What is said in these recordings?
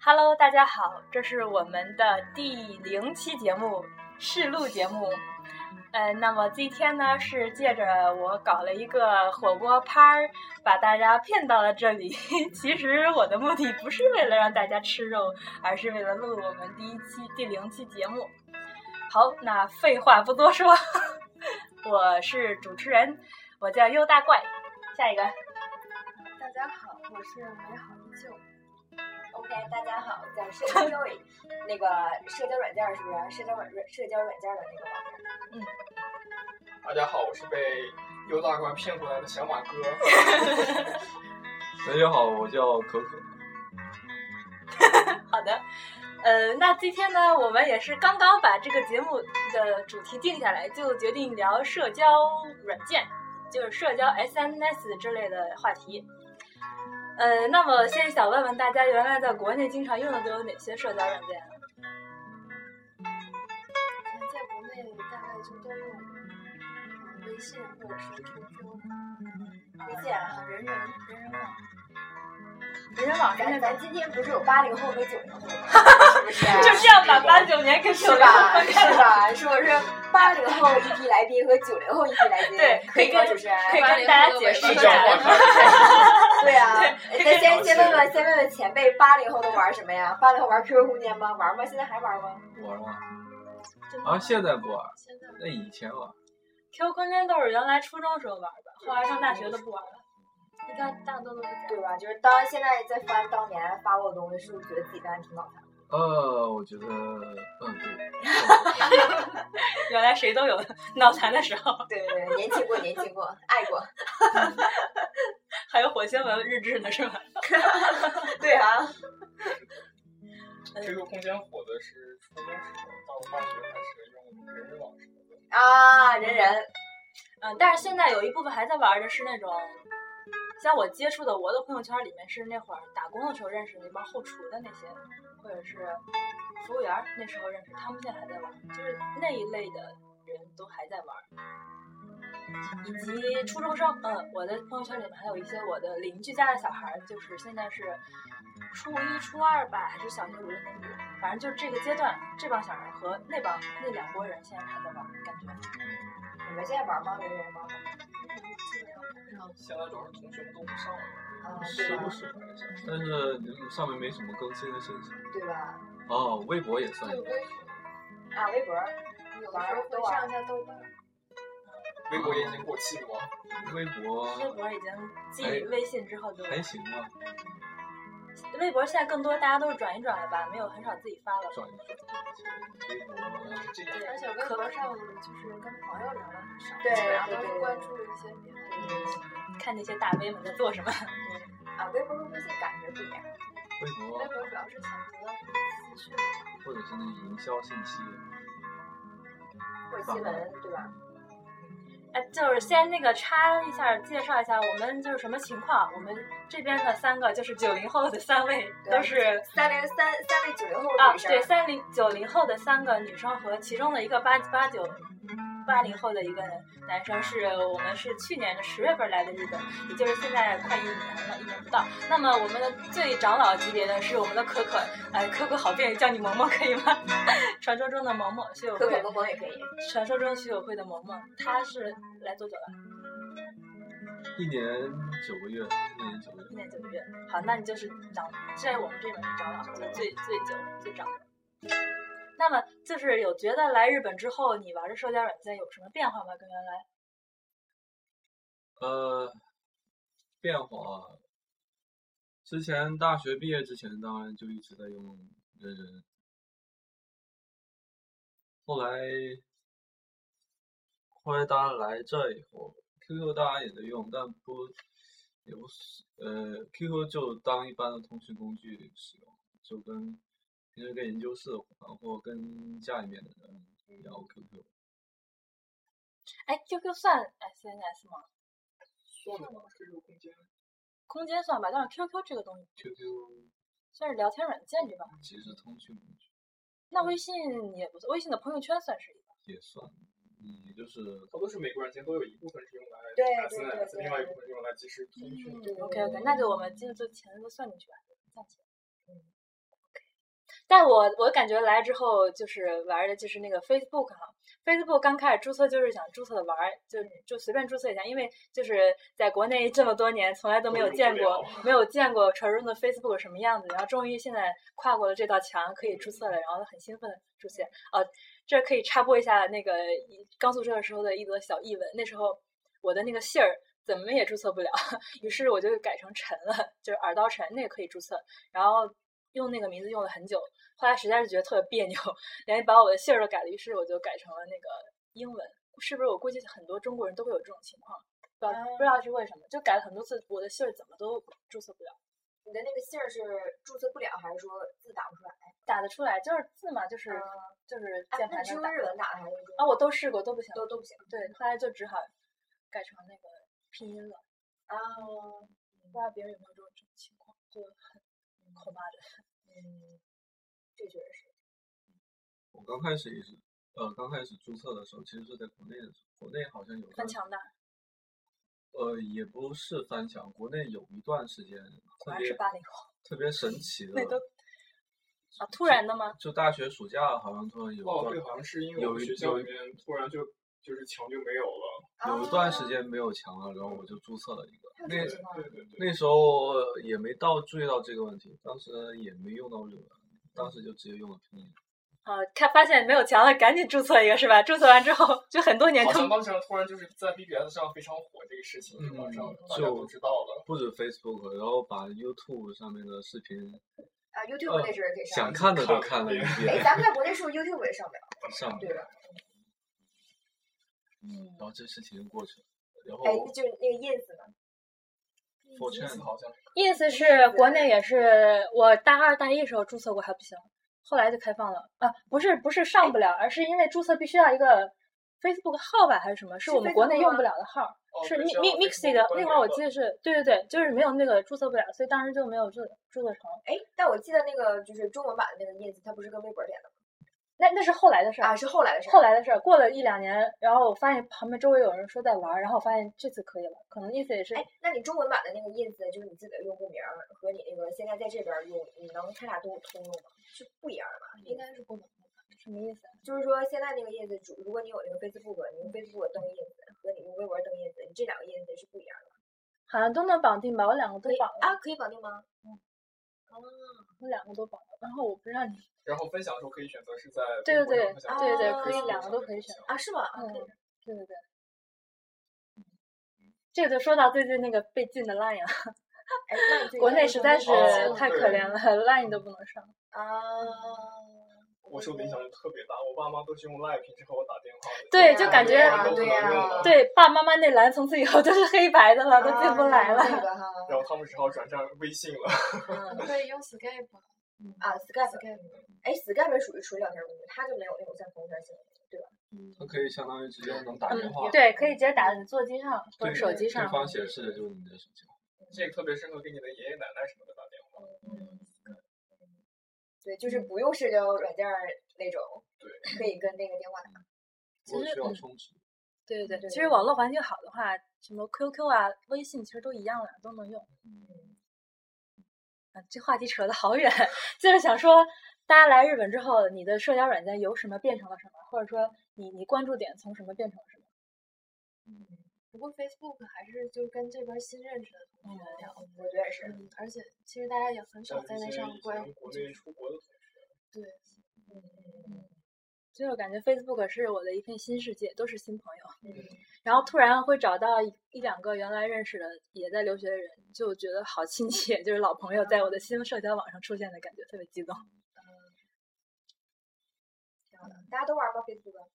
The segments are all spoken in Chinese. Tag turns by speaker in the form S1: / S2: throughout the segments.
S1: Hello，大家好，这是我们的第零期节目试录节目。呃，那么今天呢，是借着我搞了一个火锅趴儿，把大家骗到了这里。 其实我的目的不是为了让大家吃肉，而是为了录我们第一期、第零期节目。好，那废话不多说， 我是主持人，我叫优大怪。下一个，
S2: 大家好，我是美好依旧。
S3: OK，大家好，在社交那个社交软件儿是不是？社交软社交软件儿的那个网站。
S4: 大家好，我是被优大官骗过来的小马哥。
S5: 大家好，我叫可 可。
S1: 好的，呃，那今天呢，我们也是刚刚把这个节目的主题定下来，就决定聊社交软件，就是社交 SNS 之类的话题。呃，那么先想问问大家，原来在国内经常用的都有哪些社交软件？啊
S2: 以前在国内大概就都用嗯微信或者是 QQ，
S3: 微信啊，人人人人网。
S1: 人人网上
S3: 咱
S1: 那个
S3: 咱今天不是有八零后和九零 后吗？是不是？
S1: 就这样把八九年给
S3: 是
S1: 扯了
S3: 吧？。是吧？是不是八零后一批来宾和九零后一批来宾？
S1: 对
S3: 可以
S1: 可以
S3: 吗？
S1: 跟
S3: 主持人？
S1: 可以跟大家解释一
S4: 这样
S1: 下
S4: 我，
S3: 对啊，
S1: 对
S3: 咱先先问问，先问问前辈，八零后都玩什么呀？八零后玩 QQ 空间吗？玩吗？现在还玩吗？
S5: 我是吗？
S1: 真的
S5: 啊，现在不玩，
S2: 现在
S5: 那以前玩。
S1: Q 空间都是原来初中时候玩的，后来上大学都不玩了。你看，大多都是这样。
S3: 对吧？就是当现在在翻当年发过的东西，是不是觉得自己当年挺脑残？
S5: 呃，我觉得，嗯，对，
S1: 原来谁都有 脑残的时候，
S3: 对对对，年轻过，年轻过，爱过。
S1: 还有火星文日志呢，是吧？
S3: 对啊，
S4: QQ 空间火的是初中时候，到了大学开始用人人网什么的。
S3: 啊，人人
S1: 嗯，但是现在有一部分还在玩的是那种，像我接触的，我的朋友圈里面是那会儿打工的时候认识的那帮后厨的那些，或者是服务员儿那时候认识，他们现在还在玩，就是那一类的人都还在玩，以及初中生，嗯，我的朋友圈里面还有一些我的邻居家的小孩儿，就是现在是初一、初二吧，还是小学五六年级，反正就是这个阶段，这帮小孩儿和那帮那两拨人现在还在玩，感觉。
S3: 你们现在玩吗？人人吗？
S2: 基本上不上。
S4: 现在主要是同学们都不上了，
S3: 啊，对
S5: 是
S3: 吧
S5: 不？是？但是嗯上面没什么更新的信息。
S3: 对吧？
S5: 哦，微博也算
S2: 对
S5: 一个。
S2: 微博，
S3: 啊，微博，
S2: 有的时候会
S3: 啊
S2: 上一下豆瓣儿。
S4: 微博也已经过气了吗？
S5: 微博
S1: 微博已经继微信之后就，
S5: 还行吧，
S1: 微博现在更多大家都是转一转了吧，没有很少自己发了。
S5: 转一转。微博
S4: 好像是这样。
S1: 对
S2: 而且微博上就是跟朋友聊的很少，
S3: 对
S2: 基本上都
S3: 对对
S2: 是
S3: 对
S2: 关注一些别的东西。
S1: 看那些大 V 们在做什么。
S3: 啊，微博和微信感觉不一样。
S5: 微
S2: 微
S5: 博
S2: 博主要是想得到什么资讯，
S5: 或者是那营销信息，
S3: 或者新闻，对吧？
S1: 哎，就是先那个插一下，介绍一下我们就是什么情况。我们这边的三个就是九零后的三位
S3: 对
S1: 都是
S3: 三零三三位九零后的
S1: 啊
S3: 女，生，
S1: 对，三零九零后的三个女生和其中的一个八八九八零后的一个男生是，我们是去年的十月份来的日本，也就是现在快一年了，一年不到。那么我们的最长老级别的是我们的可可，哎，可可好便于叫你萌萌可以吗？ 传说中的萌萌学友
S3: 可可
S1: 会，
S3: 和萌也可以。
S1: 传说中学友会的萌萌，她是来多久了？
S5: 一年九个月，一年九个
S1: 一
S5: 月。
S1: 年九个月。好，那你就是长，在我们这边是长老，就最最久最长的。那么就是有觉得来日本之后，你玩的社交软件有什么变化吗？跟原来？
S5: 呃，变化。之前大学毕业之前，当然就一直在用人人。后来，后来大家来这以后，QQ 大家也在用，但不也不是呃，QQ 就当一般的通讯工具使用，就跟平时跟研究室，然后跟家里面的人聊 QQ。
S1: 哎，QQ 算 SNS 吗？
S4: 算了吗？QQ 空间
S1: 空间算吧，但是 QQ 这个东西
S5: QQ
S1: 算是聊天软件对吧？
S5: 其实通讯工具。
S1: 那微信也不算，微信的朋友圈算是一个。
S5: 也算，也就是
S4: 好多是美国人，其实都有一部分是用来
S3: 对对对
S4: SNS，
S3: 对
S4: 另外一部分是用来即时通讯。
S3: 嗯对
S1: OK OK，那就我们今天就前都算进去吧，暂且。但我我感觉来之后就是玩的就是那个 Facebook 哈、Facebook 刚开始注册就是想注册的玩儿，就就随便注册一下，因为就是在国内这么多年从来都没有见过，没有见过传说中的 Facebook 什么样子，然后终于现在跨过了这道墙可以注册了，然后很兴奋的注册。哦、这可以插播一下那个一刚宿舍的时候的一则小译文，那时候我的那个姓儿。怎么也注册不了， 于是我就改成陈了，就是耳刀陈，那个可以注册。然后用那个名字用了很久，后来实在是觉得特别别扭，连把我的姓儿都改了，于是我就改成了那个英文。是不是我估计很多中国人都会有这种情况？不知道不
S3: 嗯
S1: 知道是为什么，就改了很多次，我的姓儿怎么都注册不了。
S3: 你的那个姓儿是注册不了，还是说字打不出来？
S1: 打得出来就是字嘛，就是、就是
S3: 哎
S1: 键
S3: 那
S1: 盘
S3: 你是
S1: 上
S3: 用
S1: 打
S3: 日文打的还是
S1: 啊，
S3: 说？
S1: 我都试过都不行，
S3: 都都不行嗯
S1: 对，后来就只好改成那个拼音了。嗯
S3: 啊，
S1: 不知道别人有没有这种情况，就很恐怕的。
S3: 嗯，这确实是。
S5: 我刚开始也是，呃，刚开始注册的时候，其实是在国内的时候，国内好像有
S1: 翻
S5: 段
S1: 墙的，
S5: 呃，也不是翻墙，国内有一段时间
S1: 果
S5: 特
S1: 然
S5: 别
S1: 是八零后，
S5: 特别神奇的
S1: 那，
S4: 嗯
S1: 都啊，突然的吗？
S5: 就大学暑假好像突然有一
S4: 哦，
S5: 段
S4: 对，好像是因为
S5: 有
S4: 我们
S5: 一
S4: 学校
S5: 有
S4: 里
S5: 一
S4: 面突然就就是墙就没有了。
S3: 啊
S5: 有一段时间没有墙了，然后我就注册了一个。那
S4: 对对对对，
S5: 那时候也没到注意到这个问题，当时也没用到日文，当时就直接用了拼音。
S1: 啊，看发现没有墙了，赶紧注册一个是吧？注册完之后就很多年
S4: 好
S1: 都
S4: 像当时突然就是在 BBS 上非常火这个事情，是吧？
S5: 嗯
S4: 上大家都
S5: 就
S4: 知道了。
S5: 不止 Facebook，然后把 YouTube 上面的视频
S3: 啊，YouTube 那是给上
S5: 呃想
S3: 的。
S5: 看的都
S4: 看
S5: 看
S4: 了
S5: 了一
S4: 一
S3: 哎，
S5: 遍，
S3: 咱们在国内是不是 YouTube 也上不了？
S5: 上面
S3: 对吧？
S1: 嗯
S5: 然后这事情就过去了。然后
S3: 哎，那就是那个 ins 呢？
S5: for
S4: 第一
S5: c h a
S4: 次
S5: n
S4: 好像
S1: 意思是国内也是我大二大一时候注册过还不行，后来就开放了啊，不是不是上不了，而是因为注册必须要一个 Facebook 号吧还是什么，是
S3: 是
S1: 我们国内
S3: Facebook
S1: 用
S3: 吗
S1: 不了的号儿，
S4: 哦
S1: 是
S4: 对
S1: Mi
S4: 是
S1: Mi
S4: 要
S1: Mixi
S4: Facebook
S1: 的，
S4: 关
S1: 那
S4: 联
S1: 会儿我
S4: 的
S1: 记得是对对对，就是没有那个注册不了，所以当时就没有注注册成。
S3: 哎，但我记得那个就是中文版的那个 ins，它不是跟微博连的吗？
S1: 那那是后来的事儿
S3: 啊，是后来的事儿。
S1: 后来的事儿，过了一两年，然后我发现旁边周围有人说在玩儿，然后我发现这次可以了，可能意思也是
S3: 哎，那你中文版的那个 ins 就是你自己的用户名儿和你那个现在在这边儿用，你能它俩都通用吗？是不一样吧？
S1: 应该是不能的，什么意思啊？
S3: 就是说现在那个 ins，主如果你有那个 Facebook，你用 Facebook 登 ins 和你用微博登 ins，你这两个 ins 是不一样的。
S1: 好像都能绑定吧，我两个都
S3: 可以
S1: 绑了，
S3: 啊，可以绑定吗？
S1: 我两个都绑了，然后我不让你，
S4: 然后分享的时候可以选择是在
S1: 对
S4: 微
S1: 对
S4: 博
S1: 对
S4: 上分
S1: 对
S4: 享
S1: 对
S3: 啊
S1: 可以两个都可以选，
S3: 啊，是吗？啊，
S1: 嗯
S3: 可以。，
S1: 对对对，这个就说到最近那个被禁的 Line 啊，
S3: 哎，那你最
S1: 国
S3: 近
S1: 内
S3: 有
S1: 实
S3: 什
S1: 在
S3: 么
S1: 是
S4: 哦
S3: 新
S1: 太
S4: 对
S1: 可怜了，Line
S3: 嗯
S1: 都不能上，
S3: 啊。
S4: 我受的影响就特别大，我爸妈都是用 Line 平时和我打电话的。
S1: 对
S4: 现
S1: 就
S4: 在
S1: 感
S4: 微
S1: 觉啊
S4: 博上都
S3: 对
S4: 不能
S3: 呀
S4: 用了
S1: 对，爸妈妈那栏从此以后都是黑白的
S3: 啊
S1: 了，都进不来了，
S3: 那个哈
S4: 然后他们只好转战微信了。
S2: 我可以用 Skype 吧
S3: 啊，Skype，
S2: ，Skype
S3: 哎，Skype 属于纯聊天工具，它就没有那种像朋友圈性质，对吧？
S5: 它可以相当于直接能打电话
S1: 嗯，，对，可以直接打在你座机上或者手机上
S5: 对，方显示的就是你的手机号。
S4: 这个特别适合给你的爷爷奶奶什么的打电话。
S1: 嗯
S3: 对，就是不用社交软件儿那种，可以跟那个电话打。
S1: 其
S5: 我
S1: 实
S5: 需要
S1: 嗯
S5: 充值。
S1: 对对对，
S3: 对
S1: 其实网络环境好的话，什么 QQ 啊、微信其实都一样了，都能用。
S3: 嗯
S1: 啊，这话题扯得好远，就是想说，大家来日本之后，你的社交软件由什么变成了什么，或者说你你关注点从什么变成了什么？
S2: 不过 Facebook 还是就跟这边新认识的同学聊，
S3: 我觉得也是，
S2: 嗯，而且其实大家也很少
S4: 像
S2: 在
S4: 一
S2: 那
S4: 些
S2: 上
S4: 以
S2: 关
S4: 前国
S2: 就
S4: 内
S2: 是
S4: 出国的同
S2: 对，
S4: 学，
S1: 所以我感觉 Facebook 是我的一片新世界，都是新朋
S3: 嗯
S1: 友。然后突然会找到一一两个原来认识的也在留学的人，就觉得好亲切，就是老朋友
S3: 嗯
S1: 在我的新社交网上出现的感觉，特别激动。
S3: 挺好的。大家都玩吗？Facebook？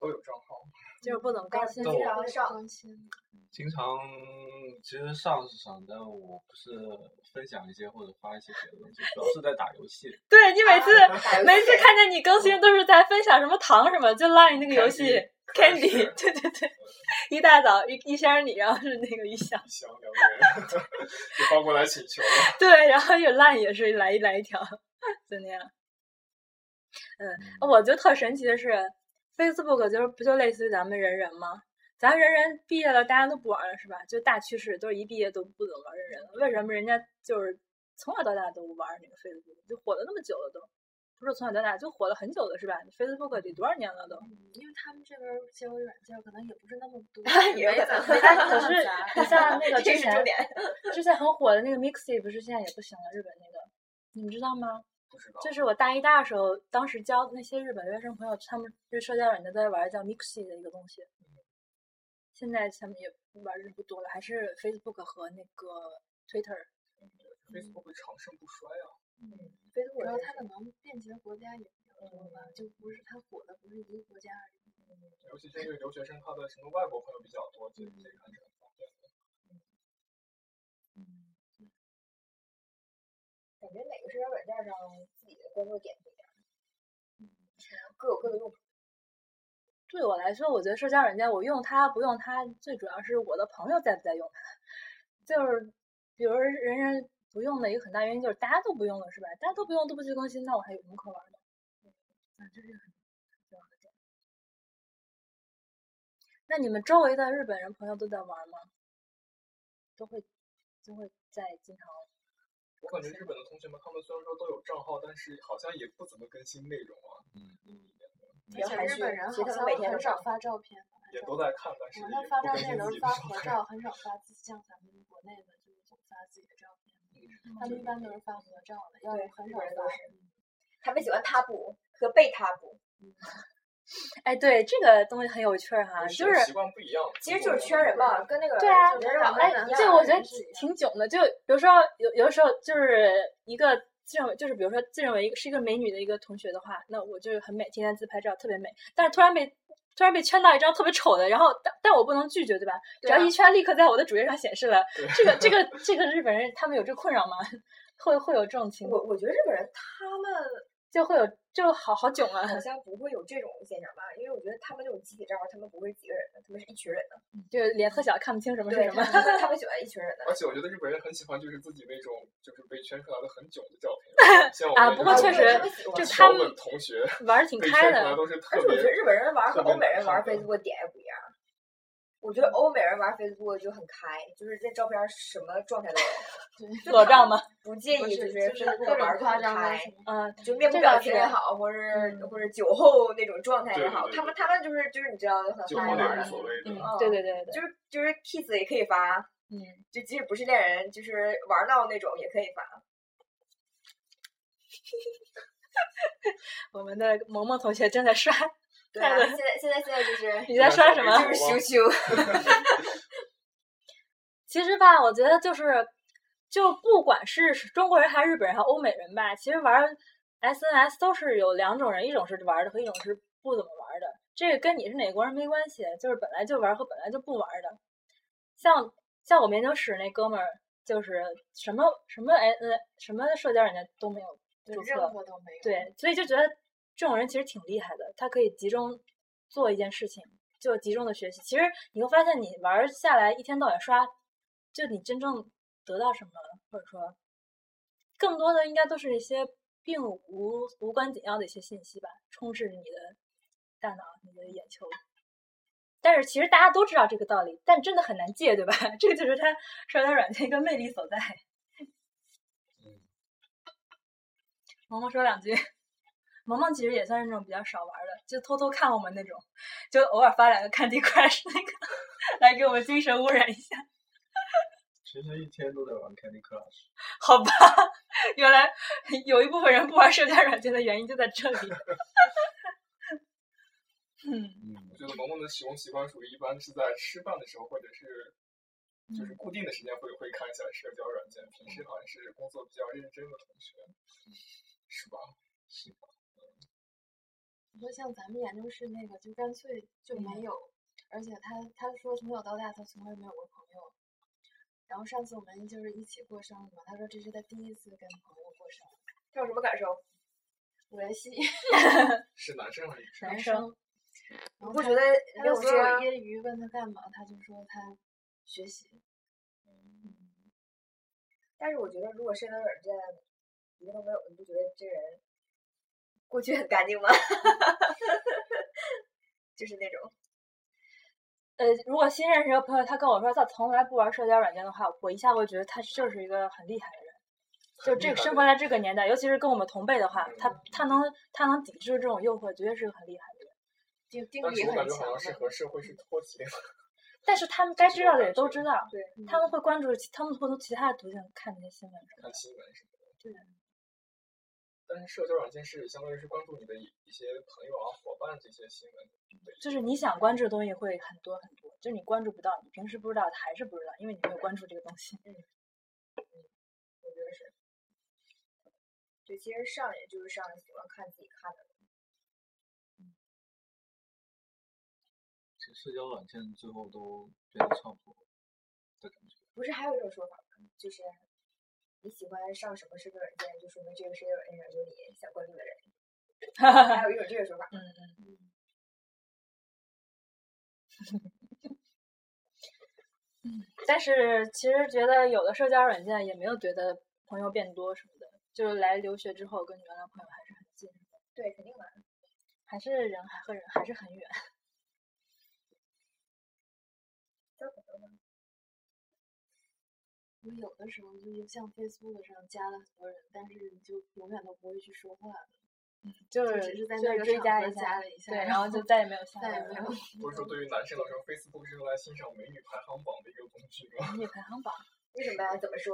S4: 都有账号。
S1: 就是不怎么更新，
S5: 那
S3: 经
S5: 我
S3: 常上。
S2: 关心
S5: 经常其实上是上，但我不是分享一些或者发一些别的东西，主要是在打游戏。
S1: 对你每次、
S3: 打游
S1: 每
S3: 戏，
S1: 次看见你更新都是在分享什么糖什么，就 Line 那个游戏 Candy，
S4: Candy
S1: 对对对，一大早一一箱你，然后是那个一箱，
S4: 一箱两个人 就发过来请求了。
S1: 对，然后有 Line 也是来一来一条，就那样。嗯，我觉得特神奇的是，Facebook 就是不就类似于咱们人人吗？咱人人毕业了，大家都不玩了是吧？就大趋势都是一毕业都不怎么玩人人了，为什么人家就是从小到大都玩那个 Facebook，就火了那么久了都，不是从小到大就火了很久了是吧？Facebook 得多少年了都？
S2: 因为他们这边儿交友软件儿可能也不是那么多
S3: 也
S2: 也没
S3: 有可
S2: 咱
S3: 能
S2: 们
S1: 哎，
S2: 那
S1: 可
S2: 么
S1: 是
S2: 杂
S1: 你像那个之
S3: 这是
S1: 前
S3: 重点。
S1: 之前很火的那个 Mixi 不是现在也不行了，日本那个，你们知道吗？
S4: 不知道。
S1: 就是我大一、大二时候，当时交那些日本留学生朋友，他们就是社交软件都在玩叫 Mixi 的一个东西。
S3: 嗯
S1: 现在他们也玩的人不多了，还是 Facebook 和那个 Twitter。嗯
S4: Facebook 长盛不衰啊，
S1: Facebook 也
S2: 然后它可能遍及的国家也比较多吧，就不是它火的不是一个国家而已。
S4: 尤其针对留学生，他的什么外国朋友比较多，这这个还是很方便的。
S3: 感觉每个社交软件上自己的关注点不一样，嗯各有各的用处。
S1: 对我来说，我觉得社交软件我用它不用它，最主要是我的朋友在不在用它。就是比如人人不用的一个很大原因就是大家都不用了，是吧？大家都不用，都不去更新，那我还有什么可玩的？啊，这是很很重要的点。那你们周围的日本人朋友都在玩吗？都会都会在经常
S4: 我感觉日本的同学们，他们虽然说都有账号，但是好像也不怎么更新内容啊，
S3: 比较
S2: 而且
S3: 含
S2: 日
S3: 蓄
S2: 本人
S3: 其实
S2: 好像
S3: 他们每天都
S2: 很少
S3: 上
S2: 发照片，发
S4: 也
S2: 照
S4: 都在看，但是
S2: 片
S4: 也
S2: 我们发照
S4: 不更
S2: 片
S4: 新
S2: 都
S4: 自
S2: 是
S4: 己
S2: 发
S4: 的
S2: 合照，
S4: 照片。
S2: 很少发自像咱们国内的，就是总发自己的照片。他们一般都是发合照的，要
S3: 对
S2: 不很
S3: 日
S2: 少
S3: 本人都
S2: 发
S3: 是他们喜欢踏步和被踏步，
S1: 哎，对这个东西很有趣儿哈，
S4: 使
S1: 啊就
S4: 用
S1: 是
S4: 习惯不一样，
S3: 其实就是圈人嘛，跟那个
S1: 对啊
S3: 就
S2: 对
S3: 是
S2: 啊
S3: 网
S1: 哎
S3: 站一，样。
S1: 这我觉得
S2: 还是一
S1: 挺囧的。就比如说，有有的时候就是一个自认为就是比如说自认为一个是一个美女的一个同学的话，那我就是很美，天天自拍照特别美。但是突然被突然被圈到一张特别丑的，然后但但我不能拒绝，对吧？只要
S3: 对啊
S1: 一圈，立刻在我的主页上显示了。
S4: 对
S1: 这个这个这个日本人他们有这个困扰吗？ 会会有这种情况，
S3: 我我觉得日本人他们
S1: 就会有就好好囧啊！
S3: 好像不会有这种现象吧，因为我觉得他们这种集体照，他们不会几个人的，他们是一群人的。
S1: 就是脸特小看不清什么是
S3: 对，
S1: 什么
S3: 他们。他们他们喜欢一群人的。
S4: 而且我觉得日本人很喜欢，就是自己那种就是被圈出来的很囧的照片，像我
S1: 啊不
S4: 们这
S1: 过
S4: 种
S1: 确
S4: 就是
S1: 实
S3: 他
S1: 就他们
S4: 小
S3: 们喜欢
S4: 本同学
S1: 玩的挺
S4: 被
S1: 开
S4: 圈出来
S1: 的，
S4: 都是特
S3: 而且我
S4: 别
S3: 觉得日本人玩儿和
S4: 特别
S3: 欧美人玩儿
S4: 看的
S3: Facebook 点也不一样。我觉得欧美人玩儿 Facebook 就很开，就是在照片儿什么状态都有，
S2: 对，
S1: 裸照吗？
S3: 不介
S2: 不
S3: 意
S2: 是就
S3: 就
S2: 是是
S3: Facebook
S2: 各
S3: 玩
S2: 种
S3: 儿得
S2: 夸
S3: 很
S2: 张的
S3: 开
S2: 什，么。
S1: 嗯，
S3: 就面部
S1: 这倒
S3: 表情也
S1: 是
S3: 好，或者
S1: 嗯
S3: 或者酒后那种状态也
S4: 对
S3: 好，
S4: 对
S3: 他
S4: 对
S3: 们他们就是就是你知道很
S4: 就
S3: 嗨
S4: 好
S3: 玩
S4: 点
S3: 儿
S4: 无
S3: 的，
S4: 所谓的
S1: 嗯，
S3: 嗯
S1: 对对对对，
S3: 就是就是 kiss 也可以发，
S1: 嗯。
S3: 就即使不是恋人，就是玩儿闹那种也可以发。
S1: 我们的萌萌同学正在刷，
S3: 对啊，
S1: 对
S3: 现在现在现在就是
S1: 你在刷什
S4: 啊
S1: 么
S3: 就？是羞羞，
S1: 其实吧，我觉得就是，就不管是中国人还是日本人还是欧美人吧，其实玩儿 SNS 都是有两种人，一种是玩儿的，和一种是不怎么玩儿的。这个跟你是哪国人没关系，就是本来就玩儿和本来就不玩儿的。像像我们研究室那哥们儿，就是什么什么哎呃什么社交软件都没有
S2: 对
S1: 注册，
S2: 任何都没有。
S1: 对，所以就觉得这种人其实挺厉害的，他可以集中做一件事情，就集中的学习。其实你会发现，你玩儿下来一天到晚刷，就你真正得到什么，或者说更多的应该都是一些并无无关紧要的一些信息吧，充斥你的大脑、你的眼球。但是其实大家都知道这个道理，但真的很难戒，对吧？ 这个就是它社交软件一个魅力所在。萌萌说两句。 萌萌其实也算是那种比较少玩的，就偷偷看我们那种，就偶尔发两个 Candy Crush 那个， 来给我们精神污染一下，
S5: 其实一天都在玩 Candy Crush。
S1: 好吧？原来有一部分人不玩社交软件的原因就在这里。嗯，
S5: 嗯
S4: 我，觉得萌萌的使用习惯属于一般是在吃饭的时候，或者是就是固定的时间会会看一下社交软件。平时好像是工作比较认真的同学，是吧？是吧？
S2: 你说像咱们研究室那个，就干脆就没有，而且他他说从小到大他从来没有过朋友。然后上次我们就是一起过生日嘛，他说这是他第一次跟朋友过生日，
S3: 这有什么感受？
S2: 维系
S4: 是男生还是女生？
S1: 男
S2: 男
S1: 生
S2: 生。
S3: 你
S2: 然后
S3: 不
S2: 他
S3: 觉得
S2: 他
S3: 六
S2: 就
S3: 十
S2: 所有业余问他干嘛，他就说他学习。
S3: 但是我觉得，如果社交软件一个都没有，你不觉得这人过去很干净吗？ 就是那种，
S1: 呃，如果新认识一个朋友，他跟我说他从来不玩社交软件的话，我一下会觉得他就是一个很厉害的人。嗯就
S4: 很厉
S1: 这个
S4: 害的
S1: 生活在这个年代，尤其是跟我们同辈的话，他他能他能抵制这种诱惑，绝对是个很厉害的人。
S2: 定定
S4: 当
S2: 力
S4: 时我
S2: 很
S4: 感觉
S2: 强
S4: 好像是
S2: 的。
S4: 和社会是脱节的，
S1: 但是他们该知道的也嗯都知道，
S3: 对
S1: 他们会关注其，他们会从其他的途径看这些新闻。
S4: 看新闻什么的。对。但是社交软件是相当于是关注你的一一些朋友啊、伙伴这些新闻的一
S1: 就是你想关注的东西会很多很多，就是你关注不到，你平时不知道的还是不知道，因为你没有关注这个东西。
S3: 我觉得是。对，其实上也就是上喜欢看自己看的，
S5: 其实社交软件最后都变得差不多的感觉。
S3: 不是还有一种说法吗？就是你喜欢上什么社交软件，就说明这个社交软件上有你想关注的人。 还有一种这个说法，
S1: 嗯嗯，但是其实觉得有的社交软件也没有觉得朋友变多什么的，就是来留学之后跟原来朋友还是很近，
S3: 对，肯定的。
S1: 还是人还和人还是很远。
S2: 我有的时候就是像 Facebook 上加了很多人，但是你就永远都不会去说话的，
S1: 就
S2: 就是只是在
S1: 就
S2: 那个
S1: 追
S2: 场
S1: 加
S2: 合
S1: 一
S2: 加了一下
S1: 对，然
S2: 然
S1: 后就再也没有下
S2: 再也
S1: 文
S2: 没
S1: 了
S2: 有。
S4: 不是说对于男生来说，Facebook 是用来欣赏美女排行榜的一个工具吗？
S1: 美女排行榜，
S3: 为什么呀？怎么说？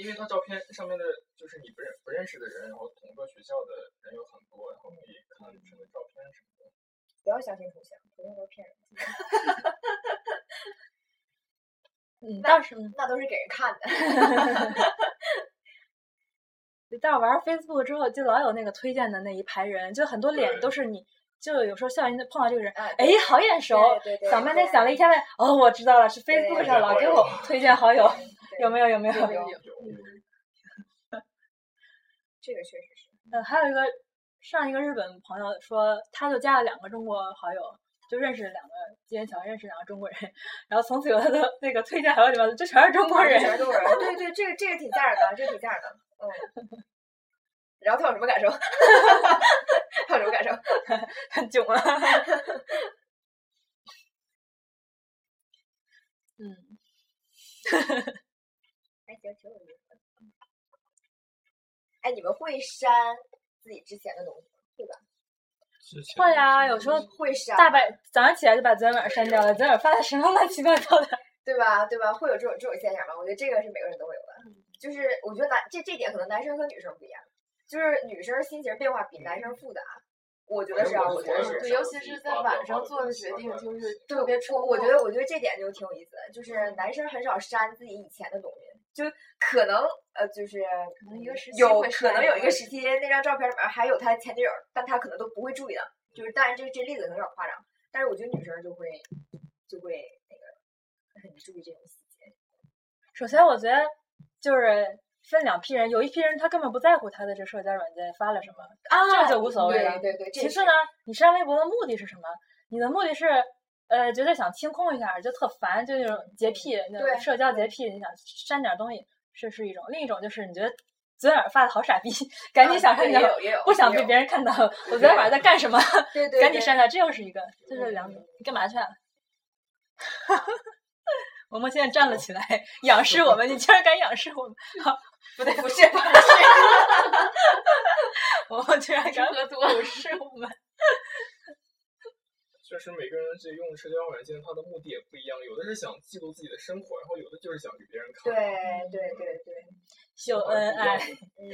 S4: 因为他照片上面的就是你不认不认识的人，然后同个学校的人有很多，然后可以看女生的照片什么的。
S3: 不要相信图像，图像都骗人，
S1: 嗯，倒是
S3: 那都是给人 看的。
S1: 但玩儿 Facebook 之后，就老有那个推荐的那一排人，就很多脸都是你，就有时候校园碰到这个人，
S3: 嗯啊
S1: 哎，好眼熟，
S3: 对对对
S1: 想半天
S3: 对
S1: 想了一天，哦，我知道了，是
S3: 对
S1: Facebook
S3: 推
S1: 上
S4: 荐
S1: 老
S4: 好
S1: 给
S4: 友
S1: 我推荐好友，有没有？有没有？
S3: 有有有
S4: 有
S3: 这个确实 是，
S1: 嗯，还有一个上一个日本朋友说，他就加了两个中国好友，就认识两个机缘巧合认识两个中国人，然后从此以后他的那个推荐好友里面就全是中国人，
S3: 全 是中国人。对对，这个这个挺赞的，这个挺赞的。嗯。然后他有什么感受？ 他有什 么感受？
S1: 很囧啊了。嗯，
S3: 还行，挺有意思的。哎，你们会删自己之前的东西吗？对吧？
S5: 之前
S1: 会啊，
S5: 呀，
S1: 有时候
S3: 会删，
S1: 大半早上起来就把昨天晚上删掉了，昨天晚上发的什么乱七八糟的？
S3: 对吧？对吧？会有这种这种现象吧？我觉得这个是每个人都会有的。
S2: 嗯
S3: 就是我觉得男这这点可能男生和女生不一样，就是女生心情变化比男生复杂。我觉得是啊，我觉得是。
S2: 对，尤其是在晚上做的决定，就是
S3: 对，
S2: 特别嗯出
S3: 我我觉
S2: 乎
S3: 得我觉得这点就挺有意思的，就是男生很少删自己以前的东西，就可能呃就是可
S2: 能一个时期
S3: 有
S2: 会
S3: 可
S2: 删
S3: 能
S2: 一
S3: 有一个
S2: 段
S3: 时期那张照片里面还有他前女友，但他可能都不会注意的，
S2: 嗯
S3: 就是当然这这例子可能有点夸张，但是我觉得女生就会就会那个很注意这种细节，
S1: 首先，我觉得就是分两批人，有一批人他根本不在乎他的这社交软件发了什么，
S3: 啊
S1: 这就无所谓了。
S3: 对对对，这
S1: 其
S3: 是
S1: 次呢，你删微博的目的是什么？你的目的是，呃，觉得想清空一下，就特烦，就那种洁癖，那
S3: 嗯对
S1: 种社交洁癖，你想删点东西，这是一种；另一种就是你觉得昨天晚上发的好傻逼，赶紧
S3: 啊
S1: 想删
S3: 对
S1: 掉
S3: 也，有也有
S1: 不想
S3: 也
S1: 被
S3: 有
S1: 别人看到我昨天晚上在干什么，
S3: 对对
S1: 赶紧
S3: 对
S1: 删掉，这又是一个，这是两种。你干嘛去啊？ 我们现在站了起来，仰视我们，你竟然敢仰视我们！好，不对，不是，不是，我们居然敢
S2: 合作
S1: 俯视我们。
S4: 确实每个人这用社交软件，他的目的也不一样，有的是想记录自己的生活，然后有的就是想给别人看。
S3: 对对对对，
S1: 秀恩爱，
S3: 嗯。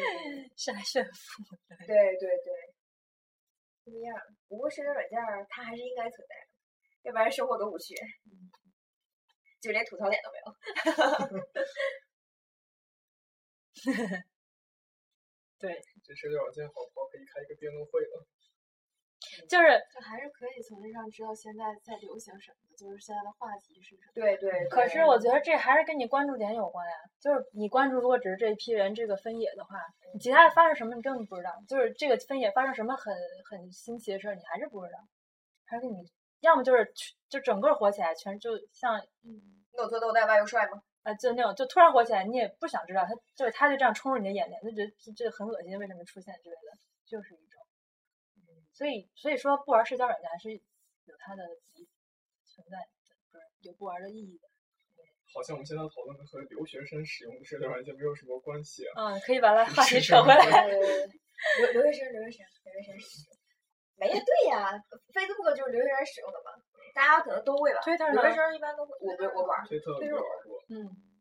S1: 晒炫富，
S3: 对对对，不一样。不过社交软件儿它还是应该存在的，要不然生活多无趣，就连吐槽点都没有。
S1: 对，
S4: 这社交软件好不好？可以开一个辩论会了。
S1: 就是
S2: 就还是可以从这上知道现在在流行什么，就是现在的话题是什么。
S3: 对对，
S1: 可
S3: 对
S1: 是我觉得这还是跟你关注点有关呀、就是你关注如果只是这一批人这个分野的话，你其他的发生什么你根本不知道。就是这个分野发生什么很很新奇的事儿，你还是不知道。还是跟你要么就是去就整个火起来，全就像
S3: 你有做豆带外又帅吗？
S1: 呃就那种就突然火起来，你也不想知道他就是他就这样冲入你的眼帘，就觉得这这很恶心，为什么出现之类的，就是一种。嗯所以所以说不玩社交软件还是有它的存在的，不是有不玩的意义的。
S4: 好好像我们现在讨论的和留学生使用的社交软件没有什么关系啊。
S1: 嗯，可以把它话题
S4: 是
S1: 扯回来。
S3: 留留学生，留学生，留学生使用，没呀，对呀，Facebook 就是留学生使用的嘛，大家可能都会吧。
S1: Twitter
S3: 留学
S1: 呢？
S3: 生一般都会，我不我玩儿，
S5: 推特没
S3: 推特我
S5: 有玩过，
S1: 嗯，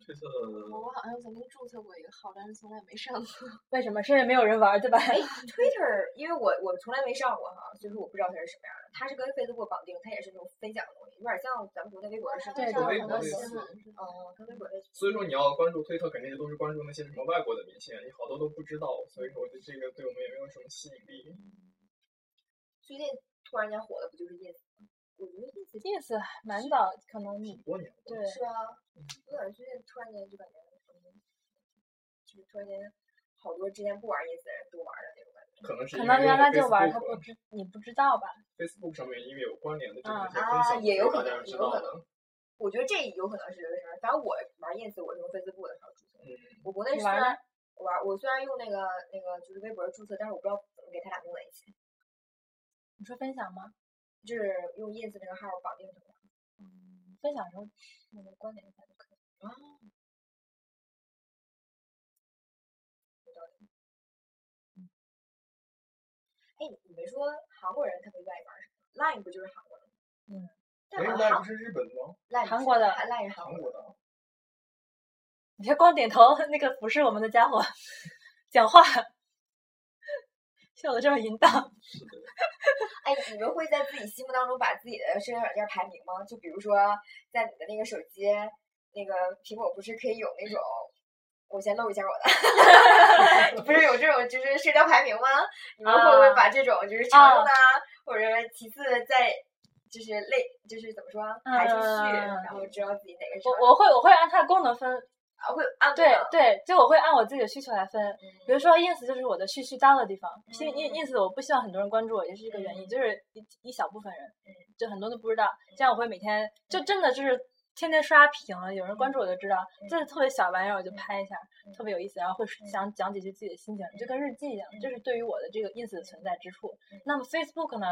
S5: 推特
S2: 我我好像曾经注册过一个号，但是从来没上过。
S1: 为什么？是因为没有人玩，对吧？
S3: 哎，Twitter，因为我我从来没上过哈，所以说我不知道它是什么样的。它是跟 Facebook 绑定，它也是那种分享的东西，有点像咱们国内微博的事
S2: 上
S3: 情。
S1: 对
S2: 上
S1: 对对
S2: 了很
S5: 对
S2: 多
S5: 对
S2: 新
S5: 对
S2: 闻是吧？
S3: 哦，跟微博类似。
S4: 所以说你要关注推特，肯定都是关注那些什么外国的明星，啊你好多都不知道，所以说我觉得这个对我们也没有什么吸引力。
S3: 最近突然间火的不就是 ins 吗？我觉得 ins
S1: ins 蛮早，可能
S4: 挺多年了，
S1: 对
S3: 是吧？我感觉最近突然间就感觉，嗯，就是突然间好多之前不玩 ins 的人都玩了那种感觉。
S4: 可能是
S1: 可
S4: 因为
S1: 能
S4: 用
S1: 原
S4: 了
S1: 来就玩，他
S4: Facebook
S1: 不知你不知道吧？
S4: Facebook 上面因为有关联的这
S1: 啊
S4: 些分
S3: 啊
S4: 享，
S3: 也
S4: 所以
S3: 有可
S4: 大家
S3: 能
S4: 知
S3: 有
S4: 道
S3: 可
S4: 的。
S3: 我觉得这有可能是留学生，反正我玩 ins 我是用 Facebook 的时候注册的。
S4: 嗯，
S3: 我国内
S1: 你
S3: 虽
S1: 玩儿吗
S3: 然我玩，我虽然用那个那个就是微博注册，但是我不知道怎么给他俩弄在一起，
S1: 你说分享吗？
S3: 就是用 ins 那个号绑定成的。
S1: 嗯，分享的时候那个关联一下就可以。
S3: 哎，你们说韩国人他们愿意玩什么？Line 不就是韩国的吗？
S1: 嗯。
S3: 但
S4: 哎，
S3: 好
S4: 那
S3: 像
S4: 不是日本的吗？
S3: Line
S1: 韩国的
S3: ，Line 是韩
S4: 韩
S3: 国
S4: 国
S3: 的。
S4: 的啊，
S1: 你别光点头，那个不是我们的家伙，讲话，笑得这么淫荡。
S5: 是的，
S3: 哎，你们会在自己心目当中把自己的社交软件排名吗？就比如说，在你的那个手机，那个苹果不是可以有那种，我先露一下我 的，不是有这种就是社交排名吗？你们会不会
S1: 啊
S3: 把这种就是常用
S1: 啊
S3: 的啊，或者其次再就是类就是怎么说啊排出去，
S1: 嗯
S3: 然后知道自己哪个是
S1: 我我会我会按它的功能分，
S3: 啊会按
S1: 对
S3: 的
S1: 对，就我会按我自己的需求来分。比
S3: 嗯
S1: 如说 ins 就是我的絮絮叨的地方，因
S3: 嗯
S1: ins ins 我不希望很多人关注我，也是一个原因，
S3: 嗯
S1: 就是一一小部分人，就很多都不知道，这样我会每天就真的就是天天刷屏，有人关注我就知道，
S3: 嗯
S1: 这是特别小玩意儿我就拍一下，特别有意思，然后会想讲几句自己的心情，就跟日记一样，
S3: 嗯
S1: 这是对于我的这个 ins 的存在之处。那么 Facebook 呢，